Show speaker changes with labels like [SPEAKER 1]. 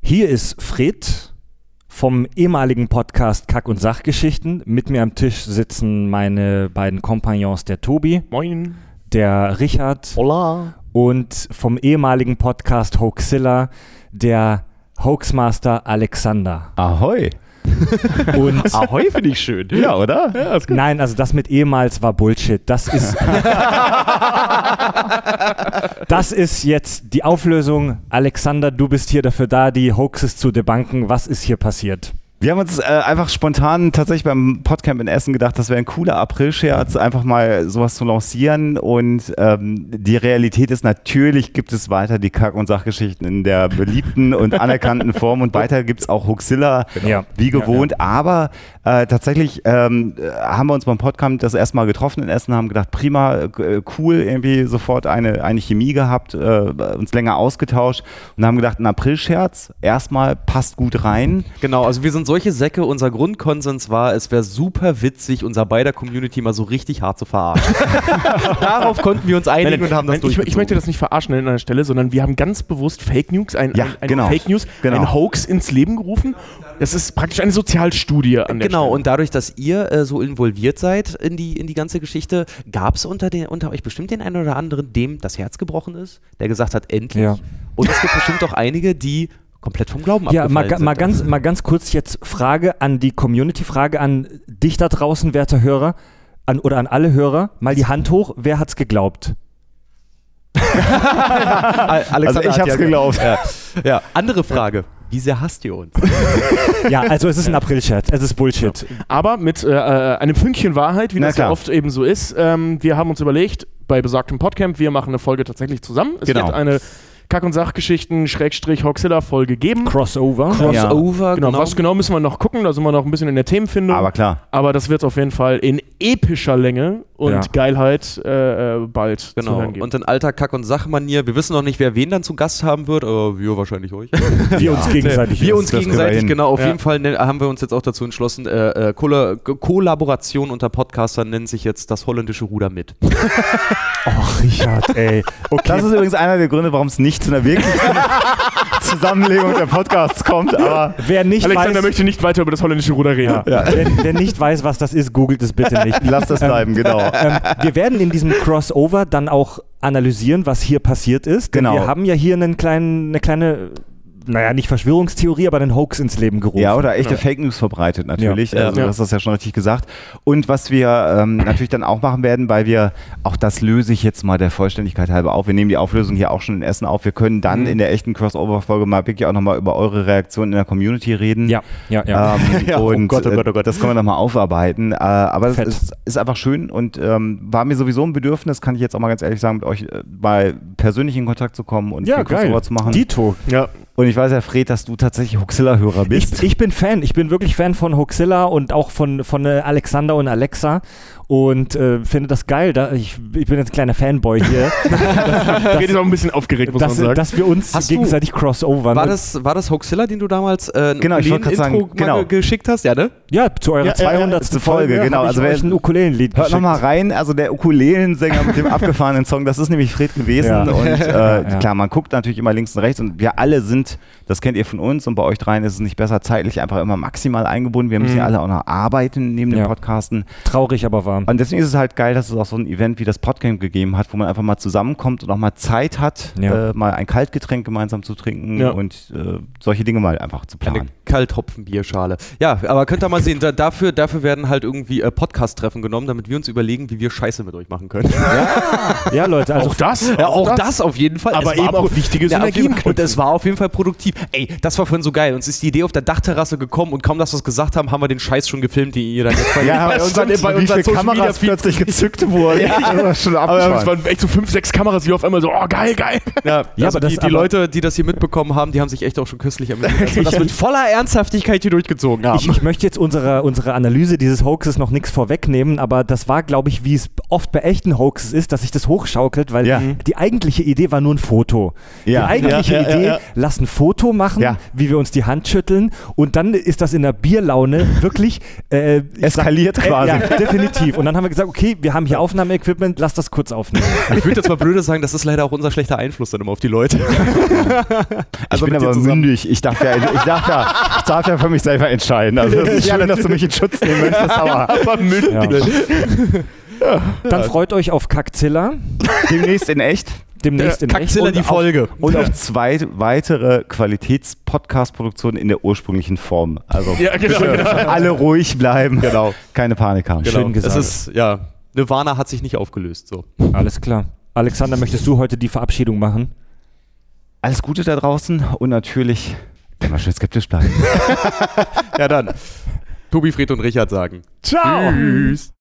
[SPEAKER 1] Hier ist Fred vom ehemaligen Podcast Kack- und Sachgeschichten. Mit mir am Tisch sitzen meine beiden Kompagnons, der Tobi,
[SPEAKER 2] Moin.
[SPEAKER 1] der Richard
[SPEAKER 2] Hola.
[SPEAKER 1] und vom ehemaligen Podcast Hoaxilla, der Hoaxmaster Alexander.
[SPEAKER 3] Ahoi.
[SPEAKER 1] Und
[SPEAKER 2] Ahoi finde ich schön.
[SPEAKER 3] Ja, oder? Ja, ist
[SPEAKER 1] nein, also das mit ehemals war Bullshit. Das ist. das ist jetzt die Auflösung. Alexander, du bist hier dafür da, die Hoaxes zu debunken. Was ist hier passiert?
[SPEAKER 3] Wir haben uns äh, einfach spontan tatsächlich beim Podcamp in Essen gedacht, das wäre ein cooler April-Scherz, einfach mal sowas zu lancieren. Und ähm, die Realität ist, natürlich gibt es weiter die Kack- und Sachgeschichten in der beliebten und anerkannten Form. Und weiter gibt es auch Huxilla,
[SPEAKER 1] Ja.
[SPEAKER 3] wie gewohnt. Aber äh, tatsächlich ähm, äh, haben wir uns beim Podcamp das erste Mal getroffen in Essen, haben gedacht, prima, äh, cool, irgendwie sofort eine, eine Chemie gehabt, äh, uns länger ausgetauscht und haben gedacht, ein April-Scherz, erstmal passt gut rein.
[SPEAKER 2] Genau, also wir sind solche Säcke. Unser Grundkonsens war, es wäre super witzig, unser beider Community mal so richtig hart zu verarschen. Darauf konnten wir uns einigen
[SPEAKER 4] Nein,
[SPEAKER 2] und haben das
[SPEAKER 4] nein, ich, ich möchte
[SPEAKER 2] durchgezogen.
[SPEAKER 4] das nicht verarschen an einer Stelle, sondern wir haben ganz bewusst Fake News, ein,
[SPEAKER 3] Ja,
[SPEAKER 4] ein, ein
[SPEAKER 3] genau,
[SPEAKER 4] Fake News,
[SPEAKER 3] genau.
[SPEAKER 4] ein Hoax ins Leben gerufen. Das ist praktisch eine Sozialstudie an der
[SPEAKER 2] Genau,
[SPEAKER 4] Stelle.
[SPEAKER 2] und dadurch, dass ihr äh, so involviert seid in die, in die ganze Geschichte, gab es unter, den- unter euch bestimmt den einen oder anderen, dem das Herz gebrochen ist, der gesagt hat, endlich.
[SPEAKER 1] Ja.
[SPEAKER 2] Und es gibt bestimmt auch einige, die komplett vom Glauben
[SPEAKER 1] Ja,
[SPEAKER 2] abgefallen
[SPEAKER 1] mal, ga-
[SPEAKER 2] sind.
[SPEAKER 1] mal, ganz, mal ganz kurz jetzt Frage an die Community, Frage an dich da draußen, werte Hörer, an, oder an alle Hörer. Mal die Hand hoch, wer hat's geglaubt?
[SPEAKER 3] Also
[SPEAKER 2] Al- Alexander
[SPEAKER 3] ich
[SPEAKER 2] hat
[SPEAKER 3] hab's
[SPEAKER 2] ja-
[SPEAKER 3] geglaubt.
[SPEAKER 2] Ja. Andere Frage. Wie sehr hasst ihr uns?
[SPEAKER 1] Ja, also es ist ein April-Scherz, es ist Bullshit.
[SPEAKER 4] Aber mit äh, äh, einem Fünkchen Wahrheit, wie
[SPEAKER 3] Na
[SPEAKER 4] das
[SPEAKER 3] klar.
[SPEAKER 4] ja oft eben so ist. Ähm, wir haben uns überlegt, bei besagtem Podcamp, wir machen eine Folge tatsächlich zusammen. Es
[SPEAKER 3] Genau.
[SPEAKER 4] wird eine Kack- und Sachgeschichten-Hoxilla-Folge geben.
[SPEAKER 1] Crossover.
[SPEAKER 2] Crossover,
[SPEAKER 4] Genau, was genau müssen wir noch gucken? Da sind wir noch ein bisschen in der Themenfindung.
[SPEAKER 3] Aber klar.
[SPEAKER 4] Aber das wird auf jeden Fall in epischer Länge und
[SPEAKER 1] Ja.
[SPEAKER 4] Geilheit äh, äh, bald zu
[SPEAKER 2] Genau,
[SPEAKER 4] hören geben.
[SPEAKER 2] und in alter Kack- und Sachmanier. Wir wissen noch nicht, wer wen dann zu Gast haben wird, aber wir wahrscheinlich euch.
[SPEAKER 1] Wir uns gegenseitig.
[SPEAKER 2] wir uns
[SPEAKER 3] das kriegen wir
[SPEAKER 2] gegenseitig,
[SPEAKER 3] hin.
[SPEAKER 2] genau. Auf
[SPEAKER 4] Ja.
[SPEAKER 2] jeden Fall ne- haben wir uns jetzt auch dazu entschlossen, äh, äh, Kolla K- Kollaboration unter Podcastern nennt sich jetzt das holländische Ruder mit.
[SPEAKER 1] Och, Richard, ey. Okay.
[SPEAKER 3] Das ist übrigens einer der Gründe, walerum es nicht zu einer wirklichen Zusammenlegung der Podcasts kommt. Aber
[SPEAKER 1] wer nicht
[SPEAKER 4] Alexander
[SPEAKER 1] weiß,
[SPEAKER 4] möchte nicht weiter über das holländische Ruder reden.
[SPEAKER 1] ja. Wer, wer nicht weiß, was das ist, googelt es bitte nicht.
[SPEAKER 3] lass das bleiben, genau.
[SPEAKER 1] ähm, wir werden in diesem Crossover dann auch analysieren, was hier passiert ist. Denn
[SPEAKER 3] Genau.
[SPEAKER 1] Wir haben ja hier einen kleinen, eine kleine, naja, nicht Verschwörungstheorie, aber einen Hoax ins Leben gerufen.
[SPEAKER 3] Ja, oder echte Fake News verbreitet natürlich.
[SPEAKER 1] Ja.
[SPEAKER 3] Also
[SPEAKER 4] Ja.
[SPEAKER 3] du hast das ja schon richtig gesagt. Und was wir ähm, natürlich dann auch machen werden, weil wir, auch das löse ich jetzt mal der Vollständigkeit halber auf, wir nehmen die Auflösung hier auch schon in Essen auf. Wir können dann in der echten Crossover-Folge mal wirklich auch nochmal über eure Reaktion in der Community reden.
[SPEAKER 1] Ja, ja, ja.
[SPEAKER 3] Ähm,
[SPEAKER 2] Ja, oh
[SPEAKER 3] und
[SPEAKER 2] Gott, oh
[SPEAKER 3] äh,
[SPEAKER 2] Gott, oh Gott.
[SPEAKER 3] das können wir nochmal aufarbeiten. Äh, aber das
[SPEAKER 1] Fett.
[SPEAKER 3] ist, ist einfach schön und ähm, war mir sowieso ein Bedürfnis, kann ich jetzt auch mal ganz ehrlich sagen, mit euch äh, mal persönlich in Kontakt zu kommen und
[SPEAKER 4] Ja,
[SPEAKER 3] viel
[SPEAKER 4] geil.
[SPEAKER 3] Crossover zu äh, machen.
[SPEAKER 1] Dito,
[SPEAKER 4] Ja.
[SPEAKER 3] und ich weiß ja, Fred, dass du tatsächlich Huxilla-Hörer bist.
[SPEAKER 1] Ich, ich bin Fan. Ich bin wirklich Fan von Hoaxilla und auch von, von äh, Alexander und Alexa und äh, finde das geil. Da, ich, ich bin jetzt ein kleiner Fanboy hier,
[SPEAKER 4] Fred ist auch ein bisschen aufgeregt, muss
[SPEAKER 1] dass,
[SPEAKER 4] man sagen.
[SPEAKER 1] dass wir uns
[SPEAKER 2] Hast du-
[SPEAKER 1] gegenseitig ne? crossovern.
[SPEAKER 2] War das, war das Hoaxilla, den du damals äh,
[SPEAKER 3] Genau, ich wollte gerade sagen,
[SPEAKER 2] Intro mal
[SPEAKER 3] genau.
[SPEAKER 2] ge- geschickt hast? Ja, ne?
[SPEAKER 1] ja, zu eurer
[SPEAKER 3] Ja, ja, ja,
[SPEAKER 1] 200.
[SPEAKER 3] zur Folge, genau.
[SPEAKER 1] Also
[SPEAKER 3] Also wer-
[SPEAKER 1] ich euch ein Ukulelenlied
[SPEAKER 3] Hört
[SPEAKER 1] geschickt.
[SPEAKER 3] nochmal rein, also der Ukulelensänger mit dem abgefahrenen Song, das ist nämlich Fred gewesen.
[SPEAKER 1] Ja.
[SPEAKER 3] Und
[SPEAKER 1] ja.
[SPEAKER 3] äh, klar, man guckt natürlich immer links und rechts und wir alle sind, das kennt ihr von uns und bei euch dreien ist es nicht besser, zeitlich einfach immer maximal eingebunden. Wir müssen ja alle auch noch arbeiten neben
[SPEAKER 1] Ja.
[SPEAKER 3] dem Podcasten.
[SPEAKER 1] Traurig, aber warm.
[SPEAKER 3] Und deswegen ist es halt geil, dass es auch so ein Event wie das Podcamp gegeben hat, wo man einfach mal zusammenkommt und auch mal Zeit hat,
[SPEAKER 1] Ja.
[SPEAKER 3] äh, mal ein Kaltgetränk gemeinsam zu trinken
[SPEAKER 4] Ja.
[SPEAKER 3] und äh, solche Dinge mal einfach zu
[SPEAKER 2] Eine
[SPEAKER 3] planen.
[SPEAKER 2] Kalthopfenbierschale. Ja, aber könnt ihr mal sehen, da, dafür, dafür werden halt irgendwie äh, Podcast-Treffen genommen, damit wir uns überlegen, wie wir Scheiße mit euch machen können.
[SPEAKER 1] Ja, Leute, also
[SPEAKER 4] auch das?
[SPEAKER 2] Ja, auch das, auf jeden Fall.
[SPEAKER 4] Aber
[SPEAKER 2] Es war
[SPEAKER 4] eben auch
[SPEAKER 2] pro-
[SPEAKER 4] wichtige
[SPEAKER 2] Ja, auf
[SPEAKER 4] Synergien
[SPEAKER 2] jeden Fall. Und
[SPEAKER 4] knüpfen.
[SPEAKER 2] es war auf jeden Fall produktiv. Ey, das war vorhin so geil. Uns ist die Idee auf der Dachterrasse gekommen und kaum, dass wir es gesagt haben, haben wir den Scheiß schon gefilmt, den ihr dann jetzt bei
[SPEAKER 3] Ja, bei unseren, bei unseren Social Media plötzlich gezückt wurden. Ja. Das war schon
[SPEAKER 4] Aber es
[SPEAKER 3] abgefahren.
[SPEAKER 4] waren echt so fünf, sechs Kameras, die auf einmal so, oh geil, geil.
[SPEAKER 2] Ja,
[SPEAKER 1] Ja,
[SPEAKER 2] also
[SPEAKER 1] aber das-
[SPEAKER 2] die, die
[SPEAKER 1] aber-
[SPEAKER 2] Leute, die Also das hier mitbekommen haben, die haben sich echt auch schon köstlich amüsiert. Dass wir das mit voller Ernsthaftigkeit hier durchgezogen haben.
[SPEAKER 1] Ich, ich möchte jetzt unserer unsere Analyse dieses Hoaxes noch nichts vorwegnehmen, aber das war, glaube ich, wie es oft bei echten Hoaxes ist, dass sich das hochschaukelt, weil
[SPEAKER 3] Ja.
[SPEAKER 1] die eigentliche Idee war nur ein Foto.
[SPEAKER 3] Ja.
[SPEAKER 1] Die eigentliche
[SPEAKER 3] Ja, ja, ja,
[SPEAKER 1] Idee,
[SPEAKER 3] ja.
[SPEAKER 1] lass ein Foto machen,
[SPEAKER 3] Ja.
[SPEAKER 1] wie wir uns die Hand schütteln und dann ist das in der Bierlaune wirklich äh, ich
[SPEAKER 3] Eskaliert
[SPEAKER 1] sag,
[SPEAKER 3] quasi.
[SPEAKER 1] Äh, ja, definitiv. Und dann haben wir gesagt, okay, wir haben hier Aufnahmeequipment, lass das kurz aufnehmen.
[SPEAKER 2] Ich würde jetzt mal blöde sagen, das ist leider auch unser schlechter Einfluss dann immer auf die Leute.
[SPEAKER 3] Also ich bin
[SPEAKER 2] mit dir
[SPEAKER 3] aber
[SPEAKER 2] zusammen.
[SPEAKER 3] mündig. Ich darf, ja, ich, darf ja, ich darf ja für mich selber entscheiden. Also es ist schön, dass du mich in Schutz nehmen möchtest, aber
[SPEAKER 2] Aber mündig.
[SPEAKER 1] Ja. Dann freut euch auf Kackzilla,
[SPEAKER 3] demnächst in echt.
[SPEAKER 1] demnächst in echt.
[SPEAKER 2] Äh, Kackzilla
[SPEAKER 1] Und
[SPEAKER 2] die
[SPEAKER 1] auf-
[SPEAKER 2] Folge.
[SPEAKER 3] Und auf zwei weitere Qualitäts-Podcast-Produktionen in der ursprünglichen Form. Also
[SPEAKER 4] Ja, genau. genau.
[SPEAKER 3] alle ruhig bleiben. Genau. Keine Panik haben.
[SPEAKER 1] Schön
[SPEAKER 2] Es
[SPEAKER 1] gesagt.
[SPEAKER 2] ist, ja, Nirvana hat sich nicht aufgelöst. So.
[SPEAKER 1] Alles klar. Alexander, möchtest du heute die Verabschiedung machen?
[SPEAKER 3] Alles Gute da draußen und natürlich immer schön skeptisch bleiben.
[SPEAKER 2] Ja, dann. Tobi, Fred und Richard sagen.
[SPEAKER 1] Ciao!
[SPEAKER 2] Tschüss.